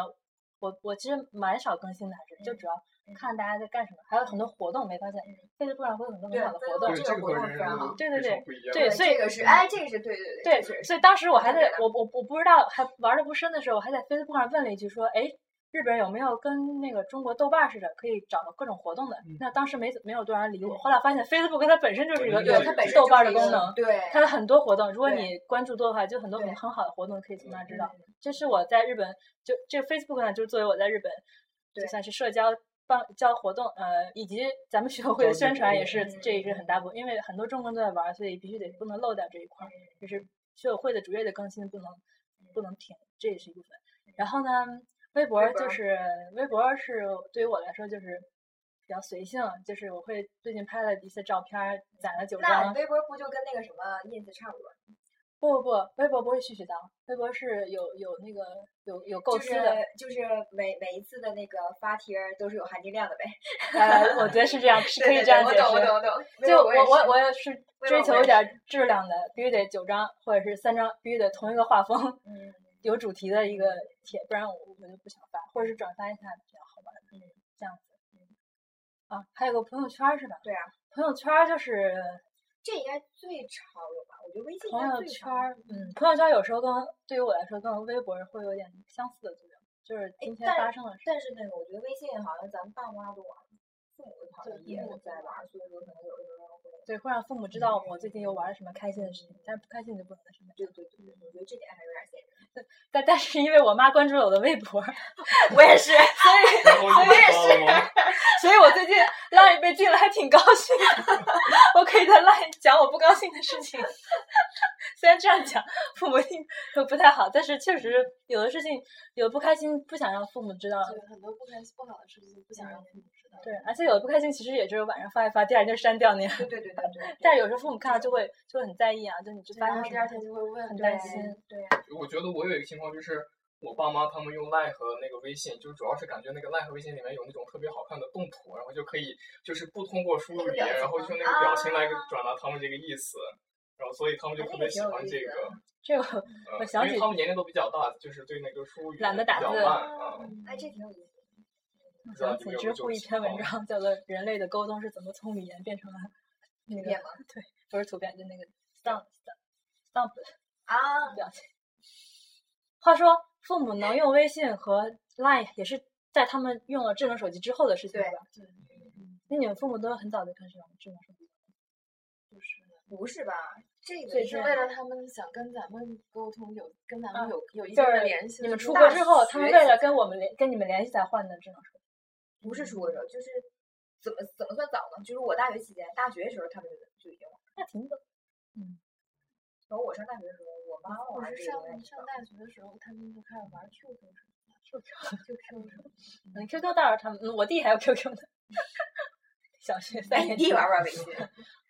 S1: 我我其实蛮少更新的，还是
S3: 嗯
S1: 就主要看大家在干什么，还有很多活动没发现，Facebook 上会有很多美
S3: 对
S1: 好的
S3: 对
S1: 活动
S3: 对
S4: 对，
S3: 这，
S4: 这
S3: 个
S4: 个
S3: 活
S4: 和人
S3: 动非
S4: 人
S3: 常
S4: 都
S3: 好
S1: 对对
S4: 非常
S1: 对
S4: 不一样。
S1: 对所以
S3: 这个是哎这个是对对
S1: 对，
S3: 这个是
S1: 所以当时我还
S3: 特
S1: 在
S3: 别的
S1: 我我我不知道，还玩的不深的时候，我还在 Facebook 上问了一句说，哎，日本有没有跟那个中国豆瓣似的可以找到各种活动的？
S4: 嗯
S1: 那当时没怎没有多少人理我，后来发现 Facebook 它本身就是一个
S4: 本身
S3: 对
S4: 就
S3: 它
S4: 是
S3: 本身
S1: 豆
S3: 就
S1: 瓣的
S3: 是一个
S1: 功能，
S3: 对
S1: 它的很多活动，如果
S3: 对
S1: 你关注多的话，就很多
S3: 对
S1: 很很好的活动可以从那儿知道
S3: 嗯。
S1: 这是我在日本，就这个 Facebook 呢，就是作为我在日本，就
S3: 对
S1: 算是社交帮交活动，呃，以及咱们学校会的
S4: 交际
S1: 宣传
S4: 活
S1: 也
S4: 动
S1: 是
S3: 嗯，
S1: 这也是很大部分，因为很多中国人都在玩儿，所以必须得不能漏掉这一块儿，就是学友会的主页的更新不能不能停，这也是一部分。然后呢，微博
S3: 嗯微博
S1: 就是微博是对于我来说就是。比较随性，就是我会最近拍了一些照片儿，攒了九张。
S3: 那微博不就跟那个什么 ins 差不多？
S1: 不不不，微博不会絮絮叨，微博是有有那个有有构
S3: 就
S1: 思
S3: 是
S1: 的，
S3: 就是每每一次的那个发帖儿都是有含金量的呗。
S1: 呃，我觉得是这样，是可以
S3: 对
S1: 这样
S3: 对
S1: 解
S3: 对我懂，
S1: 释。
S3: 我懂，我懂。没
S1: 就
S3: 有
S1: 我
S3: 也
S1: 我
S3: 是
S1: 我也是
S3: 微
S1: 追
S3: 博我
S1: 求
S3: 也
S1: 一点儿质量的，必须得九张或者是三张，必须得同一个画风、
S3: 嗯，
S1: 有主题的一个帖，不然我我就不想发，或者是转发一下比较好玩的，
S3: 嗯
S1: 这样子。啊，还有个朋友圈儿是吧？
S3: 对啊，
S1: 朋友圈儿就是
S3: 这应该最潮了吧？我觉得微信应
S1: 朋
S3: 该
S1: 友
S3: 最
S1: 圈
S3: 潮。
S1: 儿，嗯，朋友圈儿有时候跟对于我来说跟微博会有点相似的作用，就是
S3: 哎
S1: 今天
S3: 但
S1: 发生了事。
S3: 但是那个，我觉得微信好像咱们爸妈都玩，父母好像
S1: 对
S3: 也
S1: 嗯
S3: 在玩，所以说可能有的时候会。
S1: 对，会让父母知道
S3: 嗯
S1: 我最近又玩了什么开心的事情，但是不开心就不能在身边
S3: 对对对对，我觉得这点还是有点现
S1: 但但是因为我妈关注了我的微博，
S3: 实。我也是，
S4: 然后你知道吗？
S1: 所以我最近 line 被禁了，还挺高兴的。 我可以在 line 讲我不高兴的事情， 虽然这样讲父母听都不太好，但是确实有的事情有的不开心不想让父母知道。
S2: 就是很多不开心、不好的事情不想让父母知道。
S1: 对，而且有的不开心其实也就是晚上发一发，第二天删掉那样。
S3: 对对对对对。
S1: 但是有时候父母看到就会就会很在意啊，就你这发
S2: 然
S1: 生
S2: 后
S1: 什
S2: 第
S1: 么
S2: 二
S1: 事
S2: 天就会问
S1: 很
S2: 对
S1: 担心。
S3: 对呀，
S4: 我觉得我有一个情况就是，我爸妈他们用 Line 和那个微信，就主要是感觉那个 Line 和微信里面有那种特别好看的动图，然后就可以就是不通过输入
S3: 那
S4: 语
S3: 个表
S4: 言，
S3: 情
S4: 然后
S3: 吗
S4: 就用那个表情来
S3: 啊
S4: 转达他们这个意思，然后所以他们就
S3: 哎
S4: 特
S3: 那
S4: 别
S3: 个
S4: 喜
S3: 挺有
S4: 欢
S3: 意
S4: 这
S3: 思
S4: 个
S3: 的，
S1: 这个
S4: 呃
S1: 我想起
S4: 因为他们年龄都比较大，就是对那个输入语
S1: 懒
S4: 言
S1: 得
S4: 比
S1: 打
S4: 较
S1: 字
S4: 慢啊。
S3: 哎，这挺有意思的。
S1: 我
S4: 知道
S1: 想起
S4: 你们有没
S1: 知
S4: 有这
S1: 乎
S4: 种
S1: 一
S4: 情
S1: 篇文
S4: 况
S1: 章，叫做《人类的沟通是怎么从语言变成了那个
S3: 变吗？
S1: 对，不是图片，就那个 stump stump
S3: 啊，
S1: 表情。话说，父母能用微信和 Line 也是在他们用了智能手机之后的事情了吧？对。那你们父母都很早就开始用智能手机了，就是
S3: 不是吧？这个
S1: 最
S3: 是
S1: 近
S3: 为
S2: 为了
S3: 了
S2: 他们想跟咱们沟通，有跟咱们
S1: 嗯
S2: 有有一
S1: 就
S2: 定的
S1: 是
S2: 联系
S1: 你
S2: 的时候。
S1: 们出国
S3: 大
S1: 之后，他们
S3: 学
S1: 为
S3: 期
S1: 了
S3: 间
S1: 跟我们联跟你们联系才换的智能手机。
S3: 不是出国时候，就是怎么怎么算早呢？就是我大学期间，大学的时候他们就就已经玩了，
S1: 那挺早。
S3: 然后我上大学的时候，我妈
S2: 我
S3: 玩
S2: 是
S3: 这个
S2: 上
S3: 东西
S2: 上大
S1: 嗯
S2: 学的时候，他们就开始玩 QQ 什么的，QQ QQ 什 么的。
S1: 嗯，QQ 倒是他们，嗯我弟还有 QQ 呢。小学三
S3: 哎，
S1: 年
S3: 你
S1: 级
S3: 弟玩不玩 微信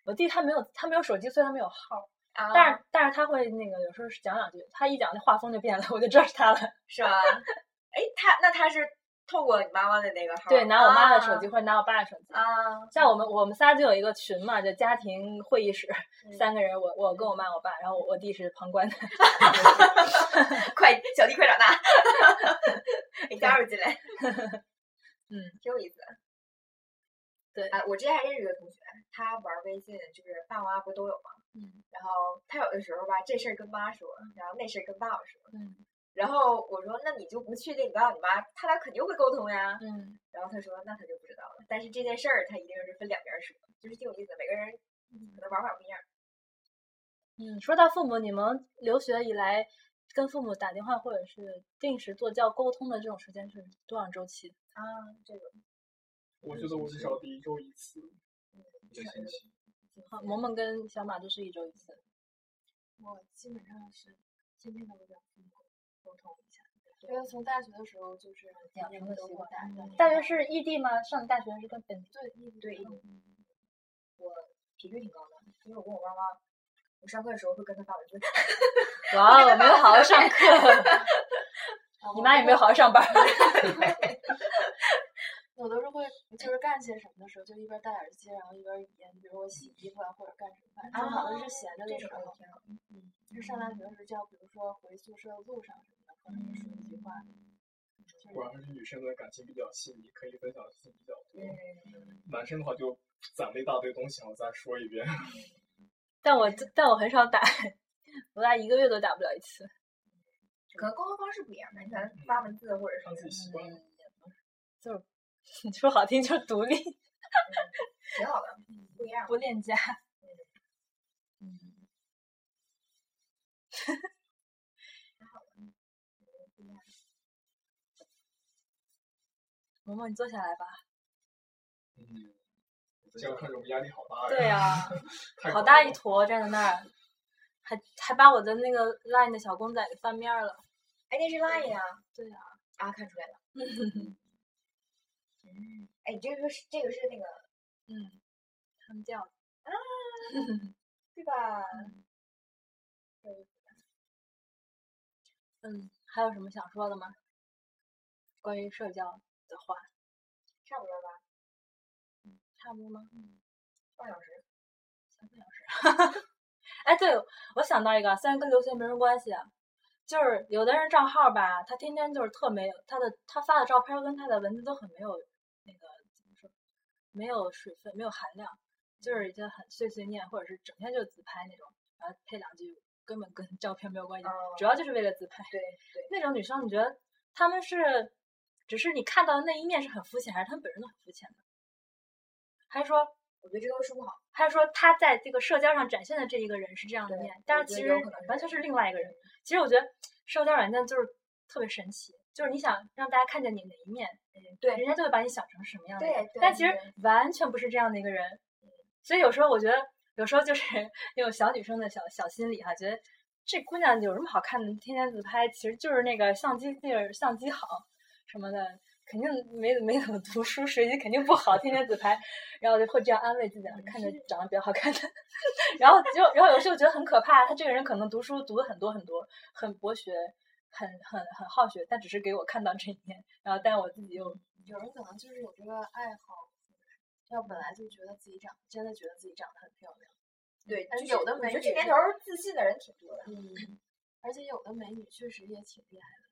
S1: 我弟他没有，他没有手机，所以他没有号儿。
S3: 啊？
S1: 但是但是他会那个有时候是讲两句，他一讲那画风就变了， 我就知道是他了。
S3: 是吧？哎，他那他是透过你妈妈的那个号儿，
S1: 对，拿我妈的手
S3: 啊
S1: 机或者拿我爸的手机。
S3: 啊，
S1: 像我们我们仨就有一个群嘛，就家庭会议室，三个人，我我跟我妈我爸，然后我我弟是旁观的。
S3: 快，小弟快 长大，你加入进来，
S1: 嗯，
S3: 挺有意思的。
S1: 对
S3: 啊，我之前还认识一个同学，他玩微信，就是爸妈不都有吗？嗯，然后他有的时候吧，这事儿跟妈说，然后那事儿跟爸爸说，
S1: 嗯
S3: 然后我说那你就不确定，你告诉你妈，他俩肯定会沟通呀。
S1: 嗯，
S3: 然后他说那他就不知道了，但是这件事儿他一定是分两边儿说，就是挺有意思的，每个人可能玩法不一样。
S1: 嗯，说到父母，你们留学以来跟父母打电话或者是定时做教沟通的这种时间是多少周期？
S3: 啊，这个
S4: 我觉得我至少得一周一次，
S5: 一个星期。
S1: 好，萌萌跟小马都是一周一次。
S2: 我基本上是天天都会跟父母沟通一下，因为从大学的时候就是天
S1: 养
S2: 天
S1: 成的
S2: 都
S1: 习
S2: 会
S1: 惯
S2: 打电话
S1: 大学是异地吗？上大学是跟本地？
S2: 对异地
S3: 对异
S2: 的
S3: 地我频率挺高的，因为我跟我妈妈，我上课的时候会跟她发文字。
S1: 哇哦，没有好好上 课，
S2: 然
S1: 你
S2: 后
S1: 妈也没有好好上班儿。
S2: 我都是会就是干些什么的时候，就一边戴耳机，然后一边语音，比如我洗衣服啊，或者干什么，反正正好都是闲着
S3: 这
S2: 的时
S3: 种
S2: 候。
S3: 挺好。
S2: 嗯，就是上大学的时候，就要比如说回宿舍路上什么的，可能就说一句话。就是
S4: 果然还是女生的感情比较细腻，可以分享的事情比较多。
S3: 嗯，
S4: 男生的话就攒了一大堆东西，然后再说一遍。
S1: 但我但我很少打， 我俩一个月都打不了一次。
S3: 可能沟通方式不一样吧，你可能发文字或者
S4: 他自己
S3: 是
S4: 习惯了，
S1: 就是说好听就是独立，
S3: 挺好的，不一样。
S1: 不恋家。嗯嗯 萌萌，你坐下来吧。
S4: 嗯，这样看着我们压力好大呀。
S1: 对哎呀、
S4: 太
S1: 好
S4: 搞
S1: 大
S4: 了
S1: 一坨站在那儿，还还把我的那个 LINE 的小公仔给翻面儿了。
S3: 哎，那是 Line 呀。
S1: 对呀、
S3: 啊，看出来了。嗯，哎，你这个是这个是那个
S1: 嗯，他们叫
S3: 对吧？
S1: 嗯，还有什么想说的吗？关于社交的话，
S3: 差不多吧，
S1: 差不多吗？
S3: 半小时。
S1: 哎，对，我想到一个，虽然跟留学没什么关系啊，就是有的人账号吧，他天天就是特没有他的他发的照片儿跟他的文字都很没有那个怎么说，没有水分，没有含量，就是已经很碎碎念，或者是整天就自拍那种，然后配两句根本跟照片没有关系，主要就是为了自拍。
S3: 对对
S1: 那种女生，你觉得她们是只是你看到的那一面是很肤浅，还是她们本身都很肤浅呢？还是说
S3: 我觉得这都是不好。
S1: 他说他在这个社交上展现的这一个人是这样的一
S3: 对
S1: 面，但
S3: 我
S1: 是
S3: 觉
S1: 其
S3: 得
S1: 实
S3: 有可能是
S1: 完全是另外一个人。其实我觉得社交软件就是特别神奇，就是你想让大家看见你哪一面，嗯
S3: 对
S1: 人家就会把你想成什么样的
S3: 对
S1: 人
S3: 对
S1: 但其实
S3: 对
S1: 完全不是这样的一个人。所以有时候我觉得，有时候就是 那种小女生的小小心理哈、觉得这姑娘有什么好看的，天天自拍，其实就是那个相机那个相机好什么的。肯定没没怎么读书，学习肯定不好，天天自拍，然后就会这样安慰自己，啊看着长得比较好看的， 然后就然后有时候觉得很可怕，他这个人可能读书读的很多很多，很博学，很很很好学，但只是给我看到这一面，然后但我自己又
S2: 有人可能就是有这个爱好，要本来就觉得自己长，真的觉得自己长得很漂亮。
S3: 对，
S2: 但
S3: 就是
S2: 有的
S3: 我
S2: 美
S3: 觉得
S2: 女
S3: 这年
S2: 是
S3: 头儿自信的人挺多的。
S2: 嗯，而且有的美女确实也挺厉害的，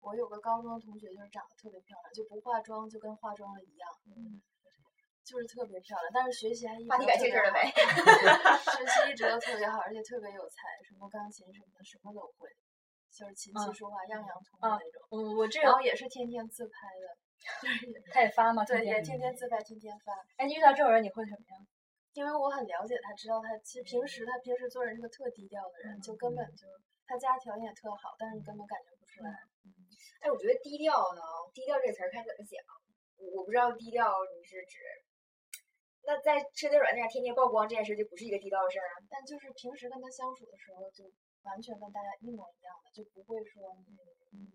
S2: 我有个高中的同学就是长得特别漂亮，就不化妆就跟化妆了一样，就是特别漂亮，但是学习还一直
S3: 话
S2: 都
S3: 题改
S2: 特
S3: 这
S2: 别
S3: 事儿了
S2: 好
S3: 呗
S2: 学习一直都特别好，而且特别有才，什么钢琴什么的什么都会，就是琴棋
S1: 嗯
S2: 书画样样通的那种。
S1: 我我这
S2: 然
S1: 个
S2: 后也是天天自拍的，就是也
S1: 他也发吗？
S2: 哦对，也
S1: 哦天天。
S2: 天天自拍，天天发。
S1: 哎，你遇到这种人你会什么样？
S2: 因为我很了解他，知道他其实平时他平时做人是个特低调的人，就
S3: 嗯
S2: 根本就他家条件也特好，但是你根本感觉不出来。
S3: 哎，我觉得低调呢，低调这个词儿看怎么讲。我我不知道低调你是指，那在社交软件上天天曝光这件事就不是一个低调的事儿啊。
S2: 但就是平时跟他相处的时候，就完全跟大家一模一样的，就不会说你，嗯，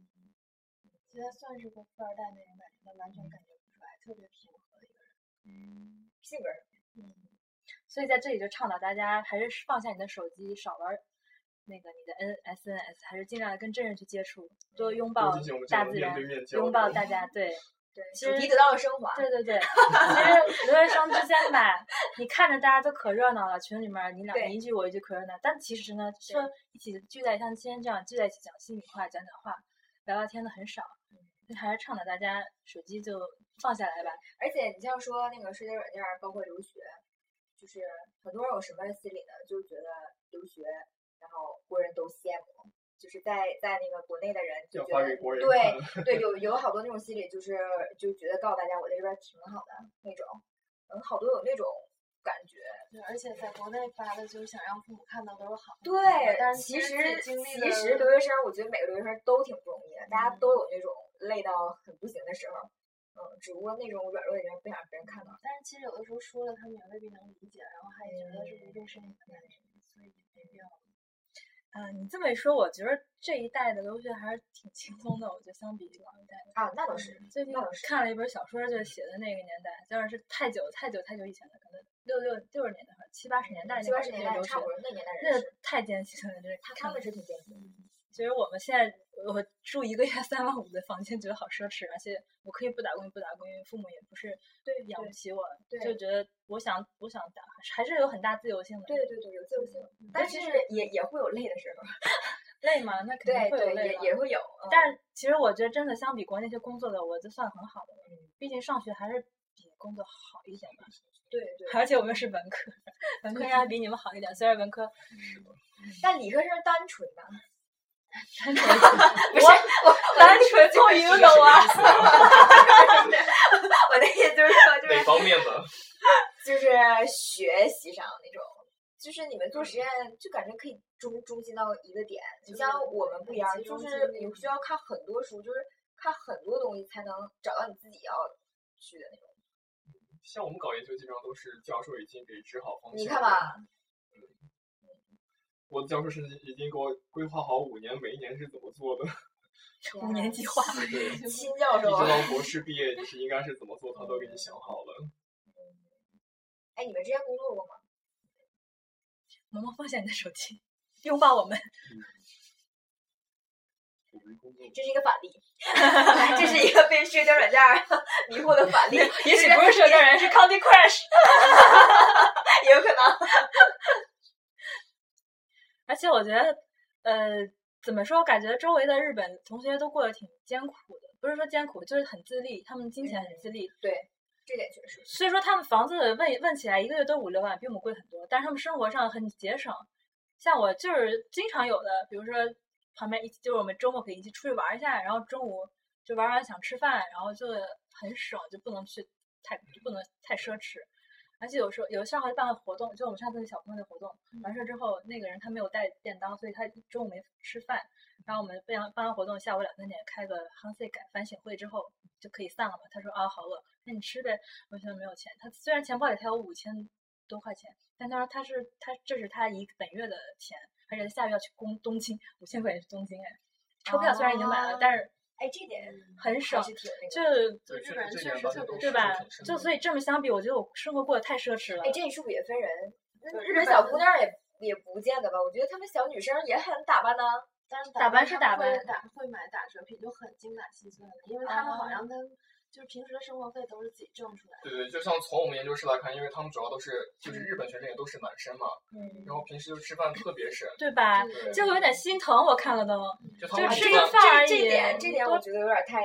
S2: 其实他算是个富二代那种感觉，但完
S3: 嗯
S2: 全感觉不出来，特别平和的一个人。
S3: 性格儿，
S1: 所以在这里就倡导大家还是放下你的手机，少玩那个你的 NSNS，还是尽量地跟真人去接触，多拥抱
S4: 进行我们这
S1: 大
S4: 种
S1: 自
S4: 面
S1: 然
S4: 对，面交
S1: 拥抱
S4: 流
S1: 大家。对，
S3: 对，
S1: 其
S3: 主
S1: 实
S3: 题得到了升华。
S1: 对对对。其实留学生之间吧，你看着大家都可热闹了，群里面儿你俩
S3: 对
S1: 你一句我一句可热闹，但其实呢，说一起聚在像今天这样聚在一起讲心里话、讲讲话、聊聊天的很少，所以还是倡导大家手机就放下来吧。
S3: 而且你像说那个社交软件儿，包括留学，就是很多人有什么心理呢？就是觉得留学，然后国人都羡慕，就是在在那个国内的人就
S4: 要
S3: 觉
S4: 发
S3: 得
S4: 给国人看
S3: 对 对，有有好多那种心理，就是就觉得告诉大家我在这边儿挺好的那种，嗯，好多有那种感觉。
S2: 对，而且在国内发的就是想让父母看到都是好的
S3: 对
S2: 一面，但，是
S3: 其
S2: 实
S3: 实
S2: 自己经历
S3: 其
S2: 的
S3: 实留学生，我觉得每个留学生都挺不容易的，大家都有那种累到很不行的时候，嗯，只不过那种软弱的人不想让别人看到。
S2: 但是其实有的时候说了，他们也未必能理解，然后还觉得是无病呻吟的感觉，所以没必要。
S1: 啊，你这么一说，我觉得这一代的留学还是挺轻松的。我觉得相比老一代，
S3: 啊，那倒是，
S1: 最近
S3: 那倒是
S1: 看了一本小说，就写的那个年代，当然是太久太久太久以前的，可能六六六十年代、七八十年代那
S3: 七
S1: 会
S3: 八
S1: 儿
S3: 十年
S1: 那
S3: 代
S1: 留
S3: 差
S1: 学
S3: 不，多，那年代
S1: 那
S3: 人是，
S1: 太艰辛了，就是
S3: 他
S1: 看
S3: 他们是挺艰苦的。
S1: 其实我们现在我住一个月三万五的房间，觉得好奢侈，而且我可以不打工也不打工，因为父母也不是对养不
S3: 对
S1: 起我，
S3: 对
S1: 就觉得我想我想打，还是有很大自由性的。
S3: 对，对对，有自由性，
S1: 但
S3: 但是
S1: 其实
S3: 也也会有累的时候。
S1: 累吗？那肯定
S3: 对
S1: 会有
S3: 对，
S1: 累
S3: 也
S1: 了
S3: 也会有。嗯
S1: 但是其实我觉得，真的相比国内去工作的，我就算很好的了。毕竟上学还是比工作好一点吧。
S3: 对对，
S1: 而且我们是文科， 文科应该比你们好一点。虽然文 科
S3: 但理科生单纯 呐，
S1: 单纯， 我
S3: 我
S1: 单纯
S3: 这
S1: 做
S3: 个
S1: 娱
S3: 是
S1: 乐
S3: 什么
S1: 啊
S3: 意。思啊 我的意思就是说，就是
S5: 哪方面 的？
S3: 就是学习上那种，就是你们做实验就感觉可以中中心到一个点。
S2: 就
S3: 你
S2: 是
S3: 像我们不一样
S2: 集，
S3: 就
S2: 中
S3: 是
S2: 精力
S3: 你需要看很多书，就是看很多东西才能找到你自己要去的那种。
S4: 像我们搞研究，基本上都是教授已经给指好方向。嗯
S3: 你看吧，
S4: 我的教授是已经给我规划好五年，每一年是怎么做的，
S1: 五年计划，
S4: 对，一
S3: 新教
S4: 直
S3: 授，
S1: 哎
S4: 到博士毕业，你是应该是怎么做，他都给你想好了。
S3: 哎，你们之前工作过吗？
S1: 萌萌放下你的手机，拥抱我们。
S4: 我们工
S1: 嗯
S4: 作
S3: 这是一个反例， 这是一个被社交软件儿 迷惑的反例，
S1: 也许不是社交人， 是 Candy Crush。
S3: 也有可能。
S1: 而且我觉得，呃，怎么说？感觉周围的日本同学都过得挺艰苦的，不是说艰苦，就是很自立，他们金钱很自立。
S3: 对，这点确实是。
S1: 所以说他们房子问问起来一个月都五六万，比我们贵很多，但是他们生活上很节省。像我就是经常有的，比如说旁边一起，就是我们周末可以一起出去玩一下，然后中午就玩完想吃饭，然后就很省，就不能去太就不能太奢侈。而且有时候有上回办个活动，就我们上次那小朋友的活动，
S4: 嗯
S1: 完事儿之后那个人他没有带便当，所以他中午没吃饭。然后我们办完办完活动，下午两三点开个 h a n s 改反省会之后就可以散了嘛。他说啊，好饿，那你吃呗。我现在没有钱，他虽然钱包里他有五千多块钱，但他说他是他这是他一个本月的钱，而且他下月要去东东京，五千块钱去东京哎。车票虽然已经买了，但
S4: 哦
S1: 是
S3: 哎，这点
S1: 嗯很
S3: 还
S1: 省
S3: 是挺那个。
S1: 就
S4: 对，
S2: 日
S4: 这
S2: 本人
S4: 这
S2: 确
S4: 点
S2: 实
S4: 大
S2: 特
S4: 家都
S2: 别
S1: 对
S4: 是
S1: 吧
S4: 挺？深
S1: 就
S4: 的
S1: 所以这么相比，我觉得我生活过得太奢侈了
S3: 哎，。这里是不是也分人？那
S2: 对
S3: 日
S2: 日本
S3: 本小
S2: 的
S3: 姑娘也也不见得吧？我觉得她们小女生也很打扮呢、
S2: 但是
S1: 打扮是
S2: 他
S1: 打
S2: 们会
S1: 扮哦
S2: 打会买打折品，就很精打细算的，因为他们好像他们就是平时的生活费都是自己挣出来的。
S4: 对对，就像从我们研究室来看，因为他们主要都是就是日本学生也都是男生嘛，
S3: 嗯，
S4: 然后平时就吃饭特别省，
S1: 对吧？
S2: 对对
S1: 这个有点心疼，我看了都。
S4: 就他
S1: 就
S4: 们
S1: 是
S4: 吃
S1: 吃
S4: 饭
S1: 个饭而已
S3: 啊这这点这点
S1: 多
S3: 我觉得有点太，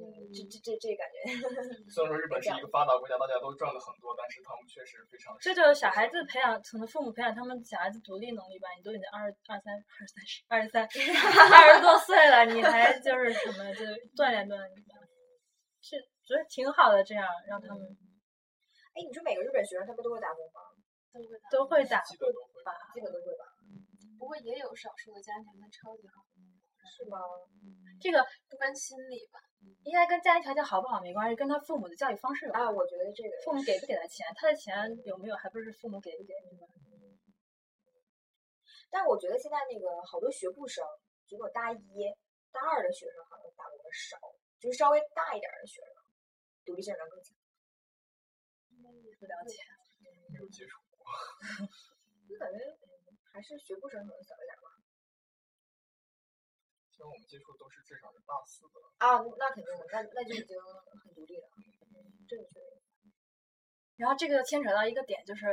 S3: 嗯，这这这这感觉，
S4: 虽然说日本是一个发达国家，大家都赚了很多，但是他们确实非常
S1: 这就是小孩子培养，可能父母培养他们小孩子独立能力吧。你都已经二十二三、二三十、二十三、二十多岁了，你还就是什么，就是锻炼锻炼吧。是，觉得挺好的，这样让他们
S3: 哎，你说每个日本学生他们都会打工吗？
S2: 都会打
S1: 都会打
S4: 基本都会。
S3: 基本都会吧？
S2: 不过也有少数的家庭他超级好，嗯
S3: 是吗？
S1: 这个
S2: 不分心理吧。
S1: 应该跟家庭条件好不好没关系，跟他父母的教育方式有关。
S3: 啊，我觉得这个
S1: 父母给不给他钱，他的钱有没有还不是父母给不给，对吧？
S3: 但我觉得现在那个好多学步生，就那种大一、大二的学生，好像打工的少，就是稍微大一点儿的学生，独立性能更强。
S1: 不了解。
S4: 没有接触过。
S3: 就感觉嗯还是学步生可能小一点儿吧。
S4: 像我们接触都是至少是大四的，
S3: 啊，那肯定的，那那就已经很独立了。嗯这个确实。
S1: 然后这个牵扯到一个点，就是，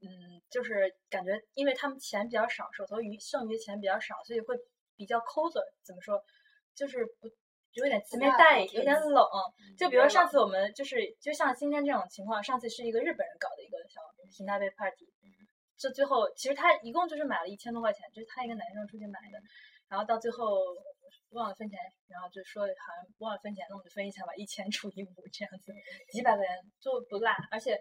S1: 嗯，就是感觉因为他们钱比较少，手头余剩余的钱比较少，所以会比较抠嘴，怎么说，就是不有点
S2: 不
S1: 慈眉
S2: 大
S1: 黛
S2: 方
S1: 眼，有
S2: 贴
S1: 点
S2: 心
S1: 冷。就比如
S3: 嗯
S1: 说
S3: 有点
S1: 上次我们就是就像今天这种情况，上次是一个日本人搞的一个小
S3: 嗯
S1: 平台杯 party，这最后其实他一共就是买了一千多块钱，就是他一个男生出去买的，然后到最后忘了分钱，然后就说好像忘了分钱，那我们就分一下吧，一千除以五这样子，几百块钱就不落，而且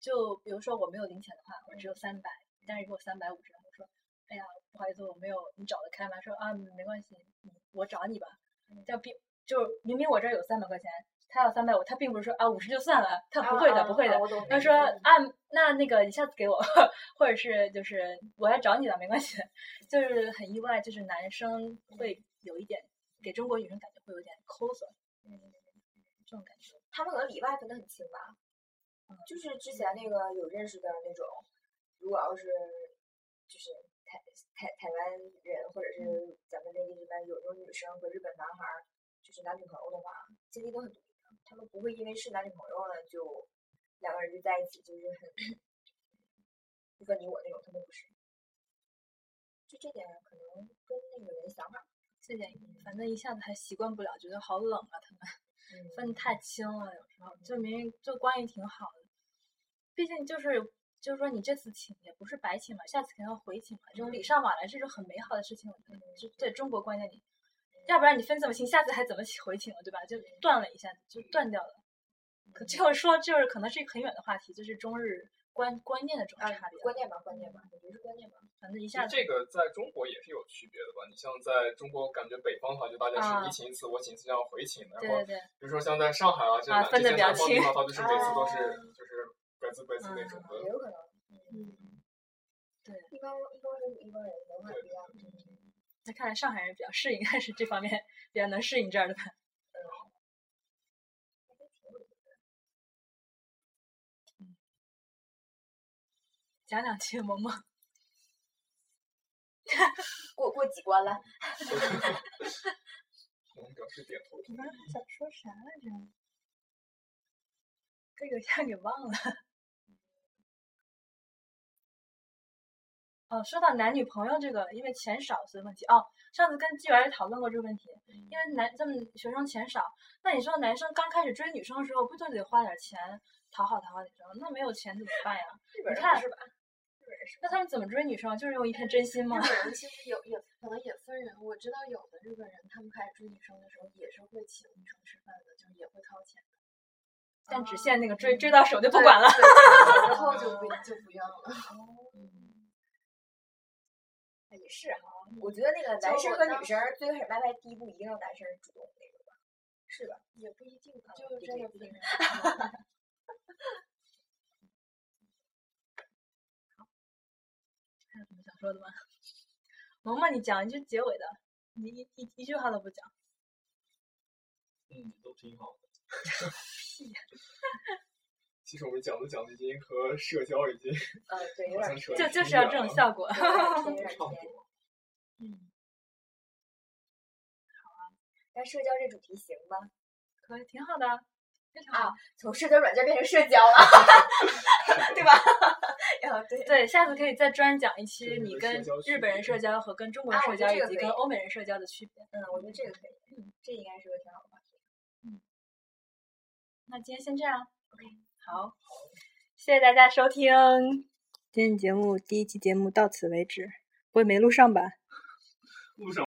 S1: 就比如说我没有零钱的话，我只有三百，但是如果三百五十，我说哎呀不好意思，我没有，你找得开吗？说啊没关系，嗯我找你吧，但并就是明明我这儿有三百块钱，他要三百五，他并不是说啊五十就算了，他不会的、不会的，
S3: 啊我懂你的
S1: 他
S3: 意
S1: 说
S3: 思
S1: 啊，那那个你下次给我， 或者是就是我来找你了，没关系。就是很意外，就是男生会有一点给中国女生感觉会有点抠索，这种感觉。
S3: 他们可能里外分得很清吧。嗯就是之前那个有认识的那种，如果要是就是台台台湾人或者是咱们那个里面有那种女生和日本男孩儿，就是男女朋友的话，经历都很独立的，他们不会因为是男女朋友了就两个人就在一起，就是很不分你我那种，他们不是。就这点可能跟那个人想法
S1: 这点反正一下子还习惯不了，觉得好冷啊，他们分得太清了，有时候就明明就关系挺好的，毕竟就是就是说你这次请也不是白请嘛，下次肯定要回请嘛，这种礼尚往来是种很美好的事情，我觉得就对中国观念里，要不然你分这么清，下次还怎么请回请了，对吧？就断了一下，就断掉了。可就是说，就是可能是一个很远的话题，就是中日观观念的这种
S3: 啊
S1: 差别，
S3: 观念吧，观念吧，我觉得是观念吧。
S1: 反正一
S4: 其实
S1: 下子
S4: 这个在中国也是有区别的吧？你像在中国，感觉北方的话，就大家
S1: 啊
S4: 是你请一次，我请一次，这样回请的。
S1: 对
S4: 然后
S1: 对对，
S4: 比如说像在上海啊，这
S1: 啊
S4: 南
S1: 分
S4: 这
S1: 得比
S4: 些
S1: 较
S4: 南方地
S1: 清
S4: 方，它就是每次都是
S3: 啊
S4: 就是本次本次那种
S1: 啊
S3: 也
S4: 的。
S3: 有可能，嗯
S1: 对
S3: 一帮一帮人一帮人文化不一样。
S1: 那看来上海人比较适应， 还是这方面比较能适应这儿的吧。讲两句萌萌，
S3: 过过几关了？
S4: 我们表示点头。
S1: 你刚才想说啥来着？这个一下给忘了。哦，说到男女朋友这个，因为钱少所以问题哦，上次跟纪元也讨论过这个问题，因为男这么学生钱少，那你说男生刚开始追女生的时候，不就得花点钱讨好讨好女生？那没有钱怎么办呀？
S3: 日本
S1: 你
S3: 人
S1: 看
S3: 不是吧？
S1: 那他们怎么追女生？就是用一片真心 吗
S2: 日？本人其实有也可能也分人，我知道有的日本人他们开始追女生的时候也是会请女生吃饭的，就是也会掏钱，
S1: 但只限那个追追到手就不管了。
S2: 对。对之后就 不就不要了。
S3: 哎也是哈，我觉得那个男生和女生最开始拜拜第一步一定要男生主动那个吧，是吧？
S2: 也不一定，
S3: 就
S2: 就是是真
S3: 这
S2: 的
S3: 个
S2: 不
S3: 不
S2: 一定。
S1: 还有什么想说的吗？萌萌，你讲一句结尾的，你一一一句话都不讲。
S5: 嗯，都挺好的。
S4: 其实我们讲的讲的已经和社交已经
S3: 呃，对，有
S4: 好
S3: 点
S4: 像扯
S3: 儿
S4: 得
S1: 就
S4: 挺
S1: 就是要
S4: 远
S1: 这种
S4: 了
S1: 效果。
S3: 有点儿偏有点儿
S5: 差不
S3: 偏。
S5: 多。
S1: 嗯，
S3: 啊但社交这主题行吗？
S1: 可以，挺好的，非常好。
S3: 啊从社交软件变成社交了， 对吧？ 然后对，
S1: 对，下次可以再专门讲一期
S4: 对
S1: 你
S4: 社
S1: 跟
S4: 交区
S1: 日本人
S4: 别
S1: 社交和跟中国人
S3: 啊
S1: 社
S3: 我
S1: 交
S3: 觉得
S1: 以
S3: 这个
S1: 及
S3: 可
S1: 跟
S3: 以
S1: 欧美人社交的区别。
S3: 嗯，我觉得这个可以，嗯，这应该是个挺好的话题。
S1: 那今天先这样，OK，好，谢谢大家收听，
S6: 今天节目第一期节目到此为止，我也没录上吧。